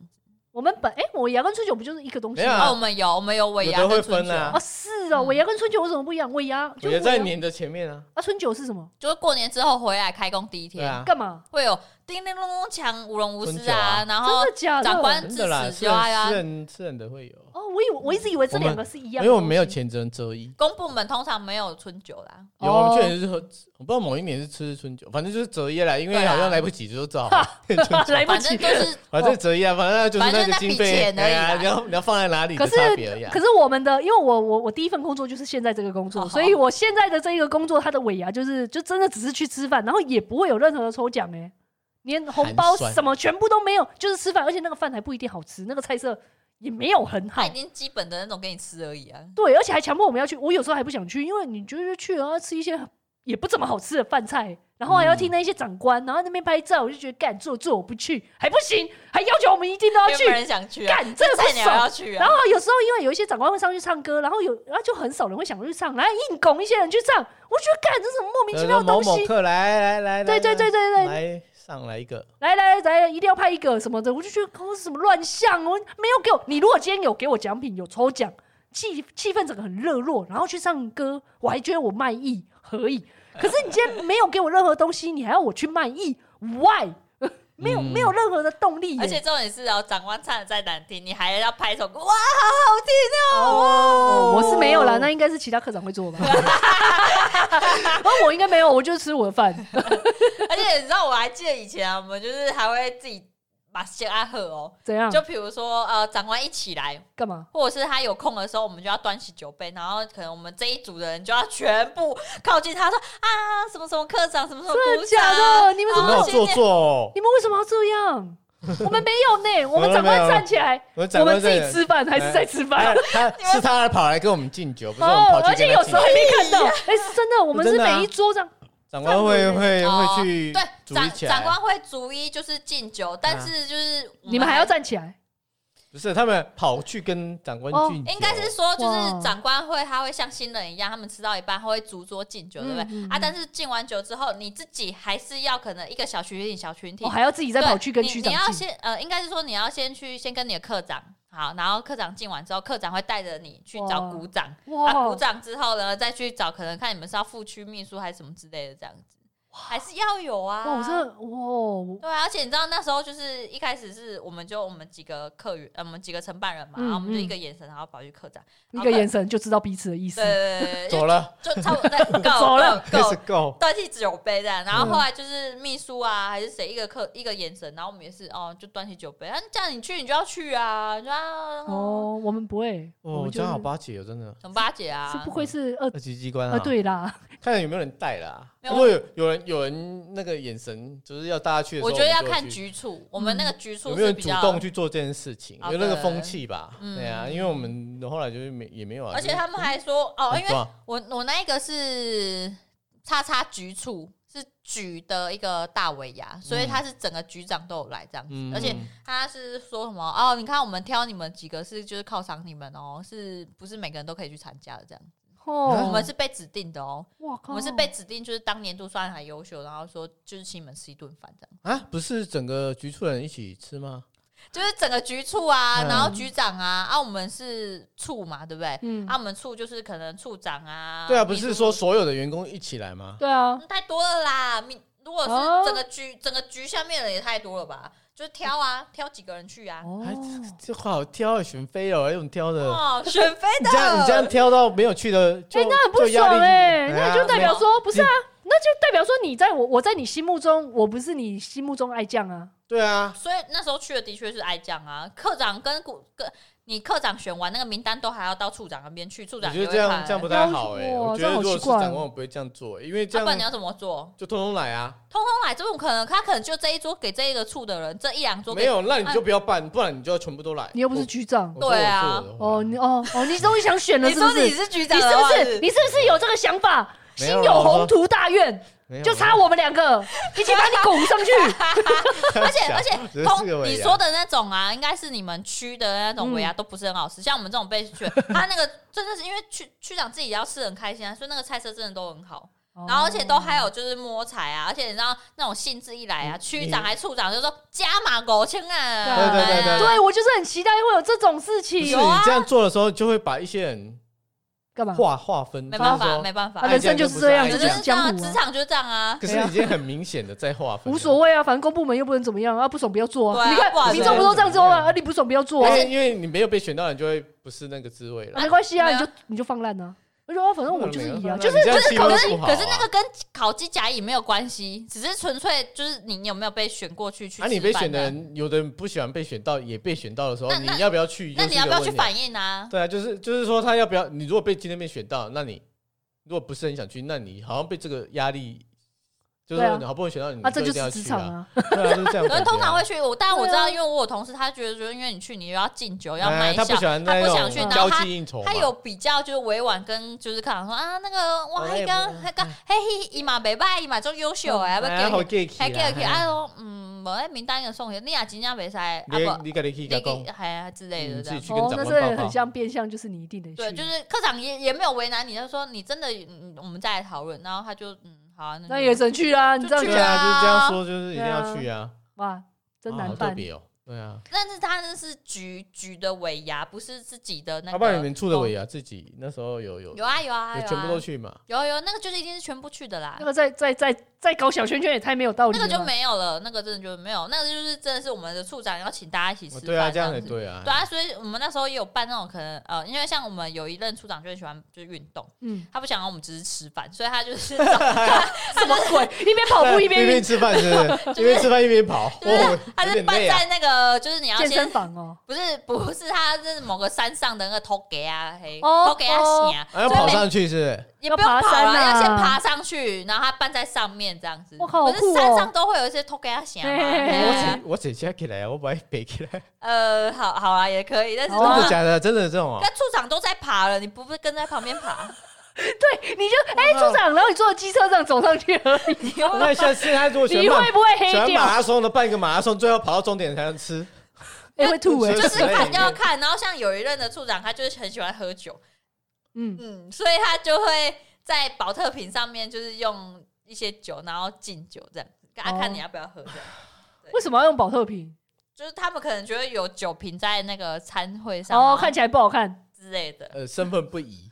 我们本哎、尾牙跟春酒不就是一个东西没有吗？啊哦，我们有，我们有尾牙有的会跟春分啊酒哦，，是哦，嗯尾牙跟春酒有什么不一样？尾牙我就觉得是尾在牙年的前面啊，啊，春酒是什么？就是过年之后回来开工第一对天，啊，干嘛？会有叮叮咚咚锵，舞龙舞狮春酒啊啊，然后真的假的？长官真的啦，自始私就爱人啊私人私人的会有，哦，我以为我一直以为这两个是一因样的东西，为我们没有钱，只能择一。公部门通常没有春酒啦，哦有，我们去年是喝，我不知道某一年是吃春酒，反正就是择一啦，因啊为好像来不及，就只好来不反及正。就是 反正择一啊，反正就是那个经费，反正就是那笔钱而已啦哎呀你要你要放在哪里可的是差别而已啊可。是我们的，因为我我我第一份工作就是现在这个工作，哦所以我现在的这个工作，它的尾牙就是就真的只是去吃饭，然后也不会有任何的抽奖哎、连红包寒酸什么全部都没有，就是吃饭，而且那个饭还不一定好吃，那个菜色也没有很好他已。经基本的那种给你吃而已啊。对，而且还强迫我们要去，我有时候还不想去，因为你就是去然后吃一些也不怎么好吃的饭菜，然后还要嗯听那些长官，然后那边拍照，我就觉得干做作我不去还不行，还要求我们一定都要有去没有，人想去啊？干这个 菜不鸟爽要。去然啊？后有时候因为有一些长官会上去唱歌，然后有然后就很少人会想去唱，然后硬拱一些人去唱，我觉得干这是什么莫名其妙的某东呃某西。课来来来，对来对对对对，来上来一个，来来来，一定要拍一个什么的，我就觉得我是什么乱象，我没有给我。你如果今天有给我奖品，有抽奖，气气氛整个很热络，然后去唱歌，我还觉得我卖艺可以。可是你今天没有给我任何东西，你还要我去卖艺，why？没有、嗯没有任何的动力耶，而且重点是哦，长官唱的再难听，你还要拍手，哇，好好听哦！哦，我是没有啦，那应该是其他科长会做吧。那我应该没有，我就吃我的饭。而且你知道，我还记得以前啊，我们就是还会自己把先安喝哦，怎样？就比如说呃，长官一起来，干嘛？或者是他有空的时候，我们就要端起酒杯，然后可能我们这一组的人就要全部靠近他说啊，什么什么科长，什么什么真鼓的掌，假的？你们怎哦么没那么？有谢做谢作哦，你们为什么要这样？我们没有呢， 我们长没有官没有站起来。我我们长官们自己在哎吃饭还是在吃他饭？他你们是他跑来跟我们敬酒，不是我们哦跑，而去且跟有他时敬候酒还。没看到，哎，是真的，我们是真的啊每一桌这样，长官会会哦会去对组一长起来长啊官，会逐一就是敬酒，但是就是我你们还要。站起来。不是他们跑去跟长官哦敬酒，应该是说，就是哇长官会，他会像新人一样，他们吃到一半，他会逐桌敬酒，对不对？嗯嗯啊，嗯但是敬完酒之后，你自己还是要可能一个小群体、小群体，哦我还要自己再对跑去跟你区长你要敬，先呃，应该是说你要先去先跟你的科长好，然后科长进完之后，科长会带着你去找哇股长，啊，股哇，长之后呢，再去找可能看你们是要副区秘书还是什么之类的这样子，还是要有啊。哇，我真的哇，我对啊，而且你知道那时候就是一开始是我们就我们几个客员，呃我们几个承办人嘛，嗯然后我们就嗯一个眼神，然后跑去科长，一个眼神就知道彼此的意思对。对对对对，走了， 就就差不多 对够走了嗯开够始够，端起酒杯这样，然后后来就是秘书啊，还是谁一个客一个眼神，然后我们也是哦，就端起酒杯，啊，这样你去你就要去啊，你就要哦，哦，我们不会，我哦们，就这样好是巴结哦，真的。陈八姐啊是，不愧是二二级机关啊，啊，，对啦，看看有没有人带啦。没有如果有有人有人那个眼神，就是要大家去的时候，我觉得要们就看去局处，我们那个局有处没有是人比主较，动去做这件事情，好有那个的风气吧？嗯对啊，因为我们后来就是没也没有啊，而且就是他们还说哦，很因为壮我我那一个是叉叉局处。是局的一个大尾牙，所以他是整个局长都有来这样子，嗯而且他是说什么哦？你看我们挑你们几个是就是犒赏你们哦，是不是每个人都可以去参加的这样？哦，我们是被指定的哦，哇靠，我们是被指定，就是当年度算还优秀，然后说就是请你们吃一顿饭这样，啊，不是整个局处人一起吃吗？就是整个局处啊，嗯然后局长啊，啊我们是处嘛，对不对？嗯啊我们处就是可能处长啊，对啊，不秘书是说所有的员工一起来吗？对啊，嗯太多了啦，你如果哦是整个局整个局下面的人也太多了吧，就是挑啊，挑几个人去啊，哦还，哎这话好挑啊，选妃哦，还用挑的，哦，选妃你的，这样你这样挑到没有去的，就哎，那很不就压爽力哎，哎那呀就代表没说不是啊，那就代表说你在我我在你心目中，我不是你心目中爱将啊。对啊，所以那时候去的的确是爱将啊，科长跟股跟你科长选完那个名单都还要到处长那边去，处我长觉得也这会样看这样不啊太好哎，哇我这觉样得好如果是奇怪啊哦长官，我不会这样做，欸因为这不然你样要怎么做？就通通来啊，通通来，这种可能他可能就这一桌给这一个处的人，这一两桌给没有，那你就不要办，不然你就要全部都来。啊你又不是我局长我说对啊我做的话哦，你哦哦，你终于想选了，你是不说是？你你是局是长的不话是？你是不是有这个想法？没心有啦有我宏图大愿，没有啊就 差我们两个一起把你拱上去。而且而且只是通四个尾你牙嗯说的那种啊，应该是你们区的那种尾牙都不是很好吃，像我们这种被 选，他那个真的是因为区区长自己也要吃得很开心啊，所以那个菜色真的都很好。 哦然后而且都还有就是摸彩啊，而且你知道那种兴致一来啊，嗯区长还处长就说加码狗千啊，对对对对对我就是很期待会有这种事不是情有。啊你这样做的时候，就会把一些人干嘛？划划分，没办就是法说没办法他，人生就是这样，哎这这就样是这样啊江湖职啊，场就是这样啊。可是你已经很明显的在划分，无所谓啊，反正公部门又不能怎么样啊，不爽不要做对啊你看不好意思民众不都这样做吗？啊，你不爽不要做啊因，为因为你没有被选到，你就会不是那个滋味了。没关系啊，没你有就你就放烂啊。我说啊反正我就是一样，就就是是就是可可是可是那个跟烤鸡甲乙没有关系，只是纯粹就是你有没有被选过去去。啊，你被选的，人，有的人不喜欢被选到，也被选到的时候，那你那要不要去？那又是一你要个不要问去题？反应啊？对啊，就是就是说他要不要？你如果被今天被选到，那你如果不是很想去，那你好像被这个压力就是对啊说你好不容易选到你，啊，这就就一定要是职去场啊，啊， 对啊，就是这样的感觉啊。可是通常会去我，但我知道，对啊因为我有同事，他觉得说，因为你去，你又要敬酒，要卖哎笑，他不喜欢那不想去，种然后交他际应酬嘛，他有比较就是委婉跟就是客人说啊，那个哇，哎迄哎个迄个嘿嘿，伊嘛袂歹，伊嘛足优秀诶，哎呀要好叫客伊，气还啦叫伊去，嘿啊我嗯，无迄名单就送去，你也真正袂使，啊你不，你给你去你讲，嗯去系啊之类的你这自己样。去哦，那跟长官是报很告。像变相，就是你一定得去。对，就是科长也也没有为难你，他说你真的，嗯我们再来讨论。然后他就嗯，好啊，那也是省去啦，你就这样去子对啊啊，就是这样说，就是一定要去啊，哇，真啊好难特办。别哦，对啊。但是他那是局局的尾牙，不是自己的那啊要不然你个。们处的尾牙自己那时候有有有啊有啊有啊，全部都去嘛？有有那个就是一定是全部去的啦那。个再再再再搞小圈圈也太没有道理那了吧。个就没有了，那个真的就没有，那个就是真的是我们的处长要请大家一起吃哦饭，对啊，这样子很。对啊。对啊，所以我们那时候也有办那种可能呃，因为像我们有一任处长就很喜欢就是运动，嗯，他不想让我们只是吃饭，所以他就是找 什么鬼？一边跑步一边运，吃饭，是不是？一边吃饭一边跑，哦，他有是点办累啊。在那个就是你要健先身房哦。不是不是他是某个山上的那个头给啊嘿哦哎头给啊洗啊，还要所以跑每上去是也不用跑要爬山啊了，要先爬上去，然后他办在上面这样子。我靠好可酷是哦山上都会有一些头给啊洗啊嘛。嘿嘿嘿不是，嘿哦我啊只我只加起来，我把它背起来。呃，好好啊，也可以，但是好啊真通常的假的？真的这种哦那？处长都在爬了，你不不跟在旁边 爬？对，你就哎，处长，然后你坐机车上走上去而已。 那下次他如果选你马会不会黑选掉？马拉松的，办一个马拉松，最后跑到终点才能吃。哎，会吐哎就。就是看要看，然后像有一任的处长，他就是很喜欢喝酒，嗯，嗯，所以他就会在保特瓶上面就是用一些酒，然后敬酒这样子，看、啊哦看你要不要喝这样。为什么要用保特瓶？就是他们可能觉得有酒瓶在那个餐会上哦，啊看起来不好看。之类的，呃，身份不疑，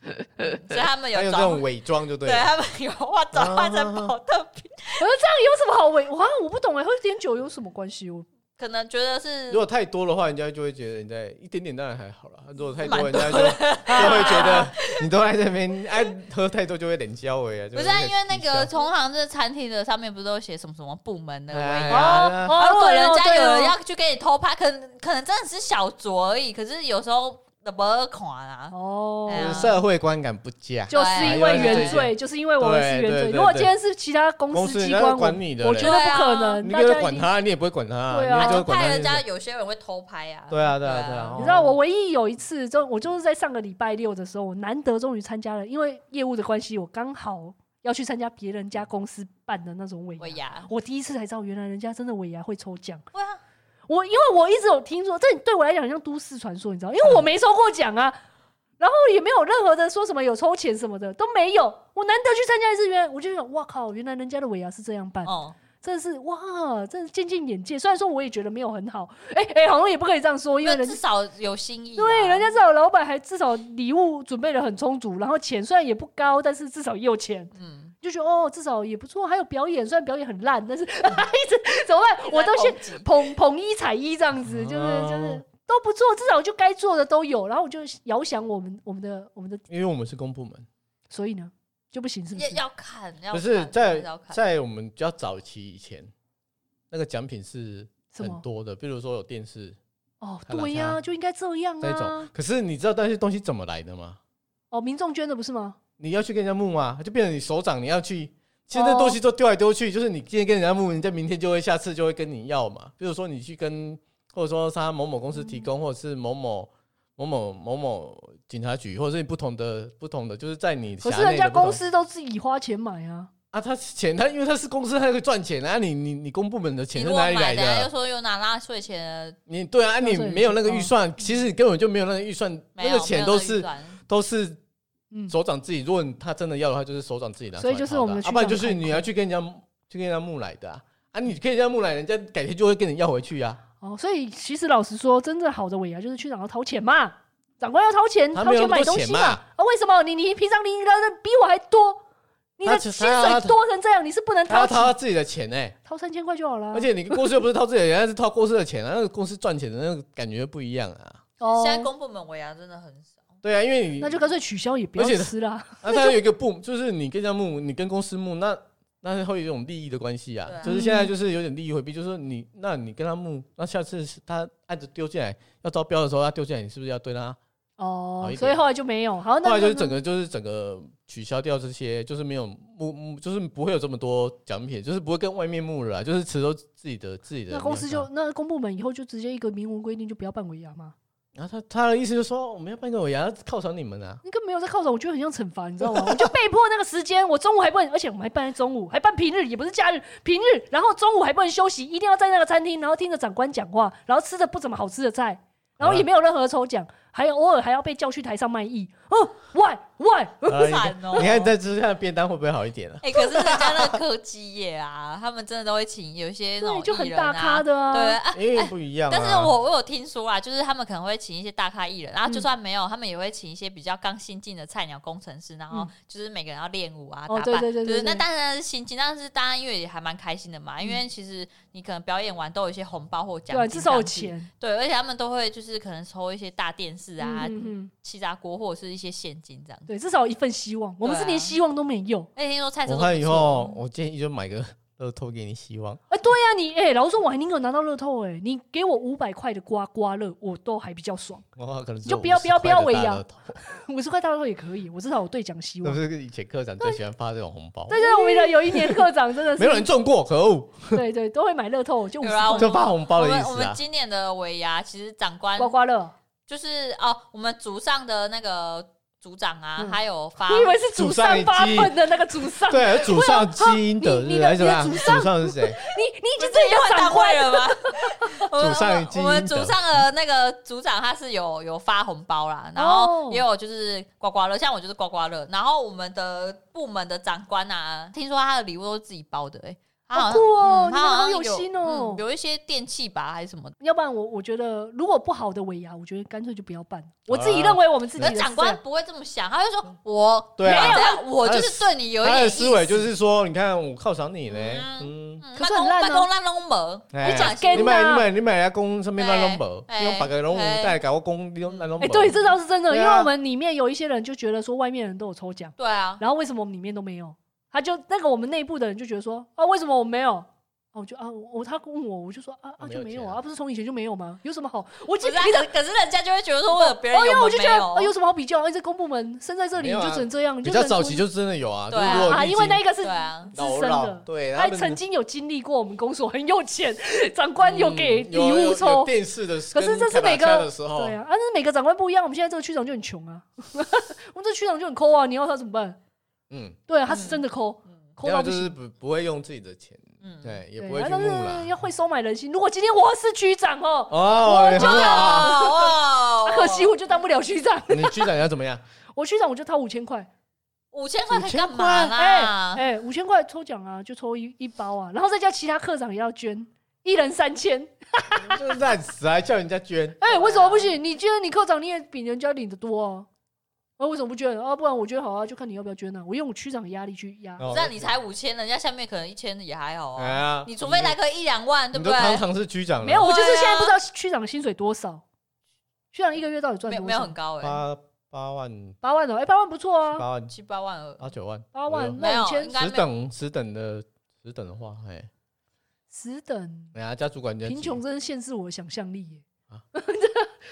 所以他们还有有这转种，伪装就对对啊了。他们有换转换 成保特瓶，我说这样有什么好为？我好像我不懂哎，喝点酒有什么关系？我可能觉得是如果太多的话，人家就会觉得你在一点点，当然还好啦。如果太多，蛮人多家就就会觉得你都在这边，哎，喝太多就会脸焦味啊。就不是会啊因为那起笑个同行这餐厅的上面不是都写什么什么部门的哎位呀哦啊，如哦，果对人哦家对有人哦要去跟你偷拍，可能可能真的是小酌而已，可是有时候的不看啊。哦对啊就是社会观感不佳。就是因为原对罪，就是因为我们是原对对罪。对如果今天是其他公公司司机人家关，会管你的我我嘞觉得不可能。你大就家管一定，他，你也不会管他，对啊你也啊，就就会管怕他。人家有些人会偷拍啊。对啊，对啊，对对啊。你知道，我唯一有一次，就我就是在上个礼拜六的时候，我难得终于参加了，因为业务的关系，我刚好要去参加别人家公司办的那种尾我牙。呀，我第一次才知道，原来人家真的尾牙会抽奖。对啊，我因为我一直有听说，这对我来讲很像都市传说，你知道，因为我没抽过奖啊，然后也没有任何的说什么有抽钱什么的都没有。我难得去参加一次，原来我就想，哇靠，原来人家的尾牙是这样办，哦，真的是哇，真的渐渐眼界。虽然说我也觉得没有很好，哎、哎、好像也不可以这样说，因为那人至少有新意啊。对人家至少老板还至少礼物准备的很充足，然后钱虽然也不高，但是至少也有钱，嗯，就觉得哦至少也不错。还有表演，虽然表演很烂，但是 一直怎么办？我都现先捧捧一踩一这样子，就是哦就是都不做，至少就该做的都有。然后我就遥想我们我们的我们的，因为我们是公部门，所以呢就不行，是不要是？要看，要不看是在真的要看在我们比较早期以前，那个奖品是什很么？多的，比如说有电视哦，看对老呀、乡就应该这样那种啊。。可是你知道那些东西怎么来的吗？哦，民众捐的不是吗？你要去跟人家募啊，就变成你首长你要去。现在东西都丢来丢去，就是你今天跟人家募，人家明天就会下次就会跟你要嘛。比如说你去跟，或者说是他某某公司提嗯供，或者是某某某某某某警察局，或者是不同的不同的，就是在你可辖是内人家的不公同司都自己花钱买啊。啊，他钱他因为他是公司，他可以赚钱啊。你你你公部门的钱你是如果哪里来买的啊，又的？说有拿纳税钱的，你对啊，啊你纳税没有那个嗯预算，其实你根本就没有那个预算，没那个有钱没有都那个预是算都是嗯，首长自己，如果他真的要的话，就是首长自己拿出所来以掏的啊。就是我们的要、不然就区长是你要去跟人家去跟人家木来的啊，啊，你跟人家木来，人家改天就会跟你要回去啊。哦，所以其实老实说，真正好的尾牙就是区长要掏钱嘛，长官要掏钱，他掏没有钱买那么多东钱西嘛啊，为什么你你平常你拿的比我还多？你的他薪他要水他多成这样，你是不能他掏要几掏他自己的钱哎、掏三千块就好了啊。而且你跟公司又不是掏自己的，人家是掏公司的钱啊，那个公司赚钱的那个感觉不一样啊。哦现在公部门尾牙真的很少。对啊，因为你那就干脆取消也不要而且吃啦。啊，它有一个部，就是你跟人家募，你跟公司募，那那会有一种利益的关系啊对啊。就是现在就是有点利益回避，就是说你，那你跟他募，那下次是他案子丢进来要招标的时候，他丢进来，你是不是要对他哦好一，点所以后来就没有。啊好，那后来就是那整个就是整个取消掉这些，就是没有募，募就是不会有这么多奖品，就是不会跟外面募了啦，就是吃都自己的自己的那量大。公司就那公部门以后就直接一个明文规定，就不要办尾牙嘛。然啊后他他的意思就说哦我们要办个尾牙犒赏你 们啊，那个没有在靠着，我觉得很像惩罚，你知道吗？我就被迫那个时间，我中午还不能，而且我们还办在中午，还办平日，也不是假日，平日，然后中午还不能休息，一定要在那个餐厅，然后听着长官讲话，然后吃着不怎么好吃的菜，然后也没有任何抽奖，还有偶尔还要被叫去台上卖艺。哦，why why？好啊了你惨哦看你看在吃下的便当会不会好一 点啊？ 哎、可是人家那个科技业啊，他们真的都会请有一些那种对，就很艺人大啊咖的啊。对啊。因为不一样啊。但是我我有听说啊，就是他们可能会请一些大咖艺人，然后嗯就算没有，他们也会请一些比较刚新进的菜鸟工程师，然后嗯就是每个人要练舞啊、哦打扮，对对对对对嗯那当然是新进，但是当然因为也还蛮开心的嘛，因为其实你可能表演完都有一些红包或奖对，啊金，至少有，钱对，而且他们都会就是可能抽一些大电视啊、嗯嗯嗯气炸锅或者是一些现金这样子。对，至少有一份希望。我们是对啊连希望都没有。哎、听说蔡我成看以后，我建议就买个乐透给你希望。哎、对呀、你哎、老实说，我还宁可拿到乐透哎、你给我五百块的刮刮乐，我都还比较爽。我可能只就有不要50不要不要块的尾牙大乐透，五十块大乐透也可以，我至少有兑奖希那望不。 是以前科长最喜欢发这种红包，对对，我们的有一年课长真的是，没有人中过，可恶，对对，都会买乐透，就五十有啊块就发红包的我意们我思们啊。今年的尾牙，其实长官刮刮乐。啊就是哦，我们组上的那个组长啊，嗯他有发 我以为是祖上八祖上已经份的那个祖上，你对，祖上基因的，你你的对不对还是怎么样？你的祖祖上是谁？你已不经是自己要当换长官了，党会了吗？ 我们祖上已我经们的组上的那个组长他是有有发红包啦，然后哦也有就是刮刮乐，像我就是刮刮乐，然后我们的部门的长官啊，听说他的礼物都是自己包的、欸，哎，他好好像。酷哦，嗯你他们好好像有心哦嗯，。有一些电器吧还是什么的。要不然我我觉得，如果不好的尾牙，我觉得干脆就不要办。我啊自己认为我们自己可的啊是长官不会这么想，他会说：“我对啊没有怎样，我他的就是对你有一他点的意思维就思是说，你看我犒赏你嘞，嗯嗯，嗯可办是很公烂啊办公烂拢无，哎你讲假你真的买啊你买你买人家公上面乱哎弄宝，哎你用把个龙舞哎带搞我公你用乱弄哎，宝。对，这倒是真的，对因啊为我们里面有一些人就觉得说外面人都有抽奖。对啊，然后为什么我们里面都没有？他就那个我们内部的人就觉得说啊，为什么我没有？啊，我就啊，我我他问我，我就说啊啊没就有没钱有啊，啊啊不是从以前就没有吗？有什么好？我记可是得啊你怎可可是人家就会觉得说，我有别人哦，因为我就觉得啊没有有，什么好比较？哎，这公部门生在这里没有你啊就只能这样，你比就较只能早期就真的有啊，对就啊是如果啊，你已因为经那个是对啊，资老深老的。对，他们曾经有经历过我们公所很有钱，长官有给嗯礼有有物有抽，电视的，可是这是跟每卡拉恰个的时候对，啊，啊，那每个长官不一样。我们现在这个区长就很穷啊， 我们这区长就很抠啊，你要他怎么办？嗯，对，啊，他是嗯真的抠，抠然到后不就行是。不不会用自己的钱，嗯，对，也对，不会去但募是 啦。要会收买人心。如果今天我是区长哦， 哦，你就很好啊，哇哇可惜我就当不了区长。 你局长要怎么样？我区长我就掏五千块，五千块可以干5000嘛块哎啦？哎，五千块抽奖啊，就抽一一包啊，然后再叫其他科长也要捐，一人三千。就是烂死啊，还叫人家捐，哎，为什么不行？你捐你科长你也比人家领的多啊，啊为什么不捐啊？不然我捐好啊，就看你要不要捐啊。我用我区长的压力去压。哦这样你才五千，人家下面可能一千也还好哎啊。呀，你除非来个一两万，对你不都堂对？堂是局长 了，没有，我就是对啊现在不知道区长的薪水多少，区长一个月到底赚没有多没有少很？高哎，八八万八万哦，哎，八万不错啊，八万七八万二，八九万八万没那有五千应该十等十等的十等的话，哎，十等。等下加主管加贫穷真是限制我的想象力耶。啊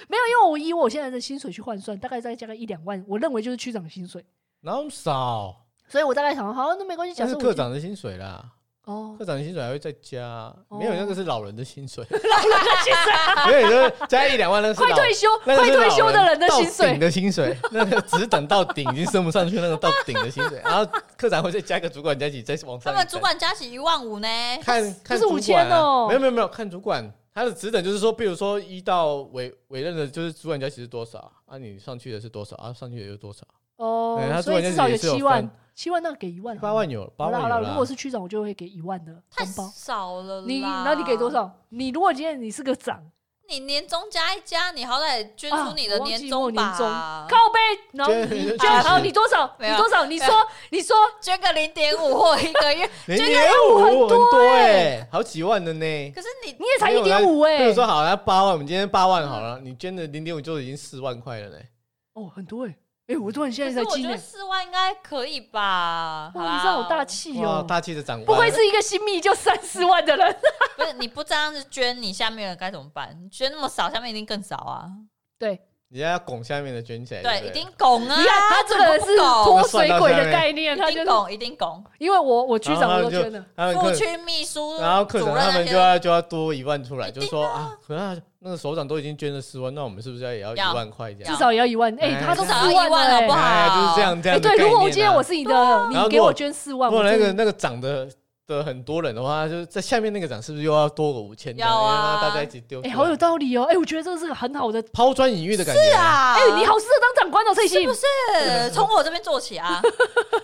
没有，因为我以我现在的薪水去换算，大概再加个一两万，我认为就是区长薪水，然后少，所以我大概想，好，那没关系。假那设是我科长的薪水啦，哦，科长的薪水还会再加，哦没有那个是老人的薪水，那薪水 没有就是加一两万那个是快老退休、那个快是退休的人的薪到顶水，的薪水，那个只等到顶已经升不上去，那个到顶的薪水，然后科长会再加个主管加起再往他上一层，们主管加起一万五呢，看看哎这是主管5000哦啊，没有没有没有看主管，他的职等就是说，比如说一到委委任的，就是主管加起是多少啊？你上去的是多少啊？上去的又多少？哎哦，他所以突然间至少有也是有七万分，七万那给一万，八万有八好了好万有了，如果啦。是区长，我就会给一万的太红包。少了啦。你那你给多？少？你如果今天你是个长，你年终加一加，你好歹捐啊出你的我忘记年终我年终吧，靠背，然后就你就就好，是你多少？啊没你有多少？你说，你说，捐个零点五或一个月。零点五很多哎，好几万的呢。可是你你也才一点五比哎如，说好，那八万，我们今天八万好了，你捐的零点五就已经四万块了嘞。哦，很多哎，哎，我突然现可在是才我惊觉哎得。四万应该可以吧？好哇，啦，你知道我大气哇，哦、大气的长官，不愧是一个新密就三四万的 人。不是你不这样子捐，你下面的该怎么办？你捐那么少，下面一定更少啊！对，人家要拱下面的卷起来，对，不一定拱啊！ 你看他这个是懂，脱水鬼的概念，他一就定是拱，一定拱。因为我我区然后长他我都们就圈了，他们副课，区秘书、然后课主长任他那们些就要就要多一万出来，一就定是说啊，可能那个首长都已经捐了十万，那我们是不是要也要要一万块这样至？少也要一万。哎，哎他都至少要4一万好了不好哎就是这样这哎，样的对，概念啊。如果我今天我是你的，然啊你后给如果我捐四万，如果我那真个的那个涨的的很多人的话，就是在下面那个涨是不是又要多个五千？要啊因为大家一起丢出哎，来，好有道理哦。哎，我觉得这是个很好的，抛砖引玉的感觉。是，啊！哎，你好适合当长官哦，翠是心不。是从我这边做 起啊？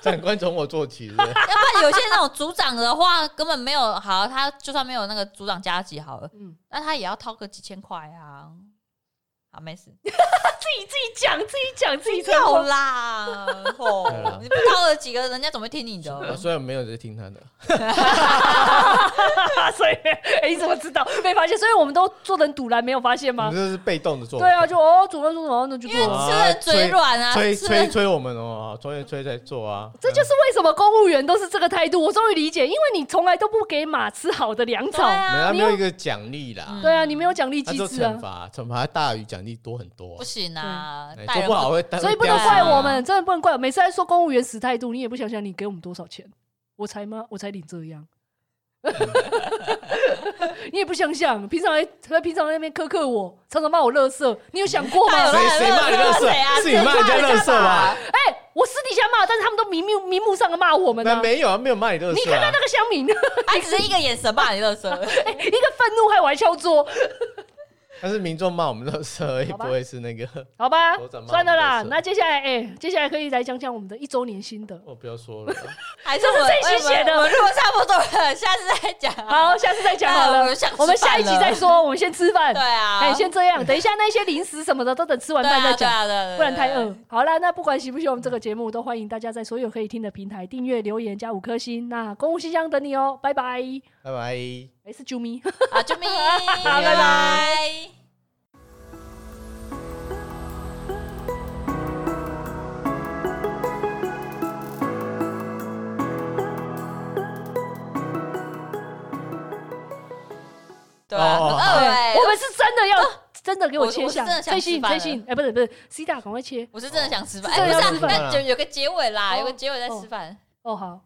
长官从我做起，是不 是要不然有些那种组长的话，根本没有好，他就算没有那个组长加级好了，嗯，那他也要掏个几千块啊。好，没事，自己自己讲，自己讲，自己成要功。啦，对啦啊哦，你不掏了几个，人家怎么会听你我的？啊虽然没有在听他的， 所以哎，你怎么知道？没发现？所以我们都做人堵拦，没有发现我吗们？这是被动的做。对啊，就哦，主任说什么那就因做为啊。吃人嘴软啊，吹吃人吹吹我们哦，吹吹在做啊。这就是为什么公务员都是这个态度。我终于理解，因为你从来都不给马吃好的粮对草。嗯啊，没有没有一个奖励啦嗯，对啊，你没有奖励他机就制惩啊，罚，惩罚大于奖励多很多不啊。行啊，哎做待人不 好会，所以不能会掉啊怪下来我们，真的不能怪我。每次在说公务员死态度，你也不想想你给我们多少钱，我才妈我才领这 样， 你也不想想，平常还还平常在那边苛刻我，常常骂我垃圾，你有想过吗？他有哎、垃圾谁谁骂你垃垃圾啊圾？是你骂人家垃圾啊 吧？哎我私底下骂，但是他们都明目明目上的骂我们呢、那没有啊，没有骂你垃圾啊。你看他那个乡民， 他只是一个眼神骂你乐色，哎一个愤怒害我还敲桌，但是民众骂我们垃圾而已，也不会是那个。好吧手掌，骂算了啦。我们都是那接下来，哎、接下来可以来讲讲我们的一周年心得。我不要 说了，还是我们这是最新写的我们录差不多了，下次再讲。好，下次再讲好哎了我们想吃。我们下一集饭了再说，我们先吃饭对。啊，哎，先这样，等一下那些零食什么的都等吃完对饭再啊，对讲。啊，对啊，对啊不然太饿。。好啦，那不管喜不喜欢我们这个节目，都欢迎大家在所有可以听的平台订阅、留言加五颗星。那公务信箱等你哦，拜拜。拜拜。哎，是啾 咪。啊，救命！拜拜拜拜。对啊，很哦饿 哎！我们是真的要真的给我我切下哦我是真的，想最吃新饭最了新，哎，不是不是，C 大赶快切。我是真的想吃饭，是真哎，的不要吃是啊，饭那就有个结尾啦，哦有个结尾在吃饭。哦，好。